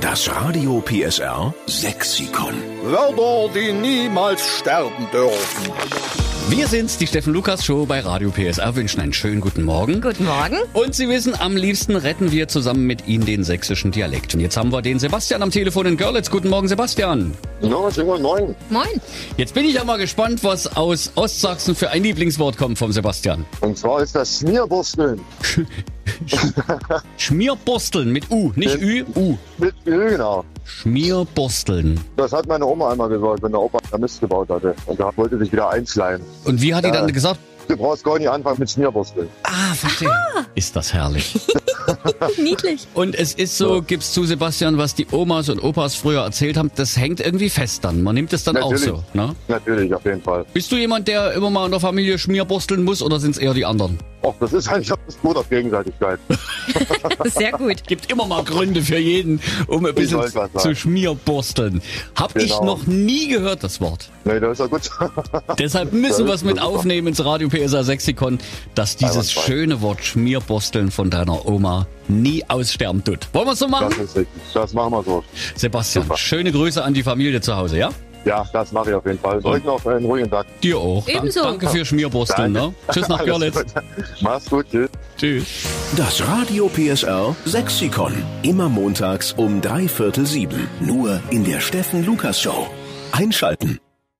Das Radio PSR Sexikon. Wörter, die niemals sterben dürfen. Wir sind's, die Steffen Lukas Show bei Radio PSR. Wünschen einen schönen guten Morgen. Guten Morgen. Und Sie wissen, am liebsten retten wir zusammen mit Ihnen den sächsischen Dialekt. Und jetzt haben wir den Sebastian am Telefon in Görlitz. Guten Morgen, Sebastian. No, schönen guten Morgen. Moin. Jetzt bin ich ja mal gespannt, was aus Ostsachsen für ein Lieblingswort kommt vom Sebastian. Und zwar ist das Schmierwursteln Schmierborsteln mit U, nicht Ü, U. mit Öl, genau. Schmierborsteln. Das hat meine Oma einmal gesagt, wenn der Opa da Mist gebaut hatte. Und da wollte sich wieder einschleimen. Und wie hat die dann gesagt? Du brauchst gar nicht anfangen mit Schmierwursteln. Ah, verstehe. Ist das herrlich. Niedlich. Und es ist so, gib's zu, Sebastian, was die Omas und Opas früher erzählt haben, das hängt irgendwie fest dann. Man nimmt es dann Natürlich. auch so. Ne? Natürlich, auf jeden Fall. Bist du jemand, der immer mal in der Familie schmierborsteln muss oder sind's eher die anderen? Och, das ist eigentlich alles gut auf Gegenseitigkeit. Das ist sehr gut. Gibt immer mal Gründe für jeden, um ein bisschen wollte was zu sagen. schmierborsteln. Hab ich Genau. noch nie gehört, das Wort. Nee, das ist ja gut. Deshalb müssen ist wir es mit super. aufnehmen ins Radio PSA Sexikon, dass dieses Einwandfrei. schöne Wort Schmierborsteln von deiner Oma nie aussterben tut. Wollen wir so machen? Das ist richtig. Das machen wir so. Sebastian, Super. schöne Grüße an die Familie zu Hause, ja? Ja, das mache ich auf jeden Fall. Euch noch einen ruhigen Tag. Dir auch. Dank- Ebenso. Danke für Schmierborsteln, ne? Tschüss nach Alles Görlitz. gut. Mach's gut, tschüss. Tschüss. Das Radio PSR Sexikon. Immer montags um drei Viertel sieben. Nur in der Steffen Lukas Show. Einschalten.